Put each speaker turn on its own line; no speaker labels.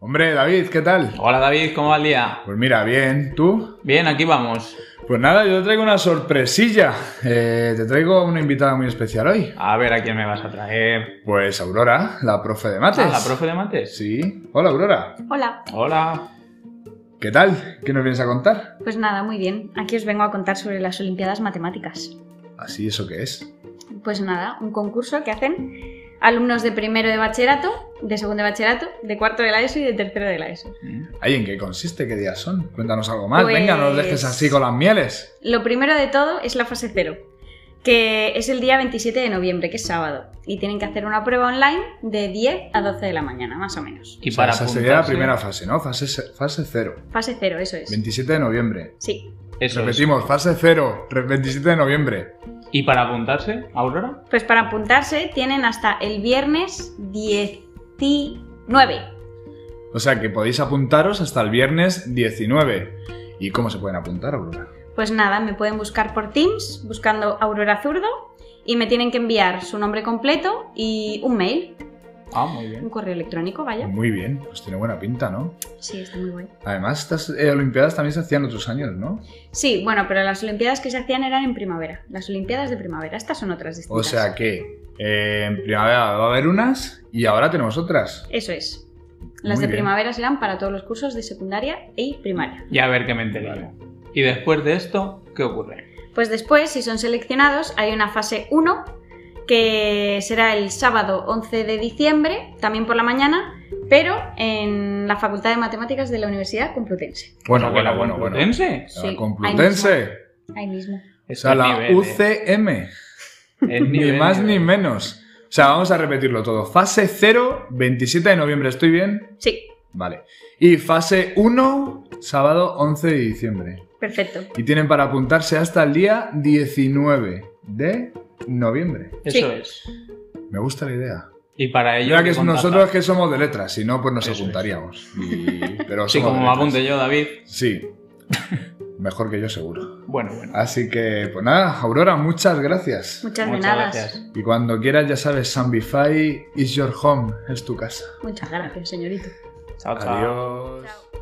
Hombre, David, ¿qué tal?
Hola David, ¿cómo va el día?
Pues mira, bien, ¿tú?
Bien, aquí vamos.
Pues nada, yo te traigo una sorpresilla. Eh, te traigo a una invitada muy especial hoy.
A ver a quién me vas a traer.
Pues Aurora, la profe de mates.
Ah, la profe de mates.
Sí. Hola, Aurora.
Hola,
Hola.
¿Qué tal? ¿Qué nos vienes a contar?
pues nada, muy bien. Aquí os vengo a contar sobre las Olimpiadas Matemáticas.
Así, ¿eso qué es?
Pues nada, un concurso que hacen alumnos de primero de bachillerato, de segundo de bachillerato, de cuarto de la ESO y de tercero de la ESO.
¿Ahí en qué consiste? ¿Qué días son? Cuéntanos algo más.
Pues-
Venga, no nos dejes así con las mieles.
Lo primero de todo es la fase cero, que es el día 27 de noviembre, que es sábado, y tienen que hacer una prueba online de 10 a 12 de la mañana, más o menos.
Y
O sea,
para
esa sería la
apuntarse-
primera fase, ¿no? Fase, se- fase cero.
Fase cero, eso es.
27 de noviembre.
Sí.
Eso es.
Repetimos, fase cero, re- 27 de noviembre.
¿Y para apuntarse, Aurora?
Pues para apuntarse tienen hasta el viernes 19.
O sea que podéis apuntaros hasta el viernes 19. ¿Y cómo se pueden apuntar, Aurora?
Pues nada, me pueden buscar por Teams buscando Aurora Zurdo y me tienen que enviar su nombre completo y un mail,
Ah, muy bien.
un correo electrónico, vaya.
Muy bien, pues tiene buena pinta, ¿no?
Sí, está muy guay.
Además, estas eh, Olimpiadas también se hacían otros años, ¿no?
Sí, bueno, pero las Olimpiadas que se hacían eran en primavera. Las Olimpiadas de primavera, estas son otras distintas.
O sea que eh, en primavera va a haber unas y ahora tenemos otras.
Eso es. Las
Muy
de
bien.
primavera serán para todos los cursos de secundaria y primaria.
Y a ver qué me enteré. yo. Y después de esto, ¿qué ocurre?
Pues después, si son seleccionados, hay una fase 1 que será el sábado 11 de diciembre, también por la mañana, pero en la Facultad de Matemáticas de la Universidad Complutense.
Bueno,
¿Que la
bueno, bueno, bueno.
Complutense?
La
ahí
Complutense.
mismo. Ahí mismo.
O
Es
sea,
el
la
nivel, eh.
UCM.
El
Ni
nivel,
más ni
nivel.
menos. O sea, vamos a repetirlo todo. Fase 0, 27 de noviembre, ¿estoy bien?
Sí,
Vale. Y fase 1, sábado 11 de diciembre.
perfecto.
Y tienen para apuntarse hasta el día 19 de noviembre.
Eso
Sí.
es.
Me gusta la idea.
Y para ello.
Mira que
¿qué
es-
contacta?
nosotros que somos de letras, si no, pues nos
Eso es.
apuntaríamos. Y- Pero
Sí,
somos
como
de
me
letras.
apunte yo, David.
Sí. Mejor que yo seguro.
Bueno, bueno.
Así que, pues nada, Aurora, muchas gracias.
Muchas,
Muchas
venadas.
gracias.
Y cuando quieras, ya sabes, Sambify is your home, es tu casa.
Muchas gracias, señorito.
Chao, chao.
Adiós.
Chao.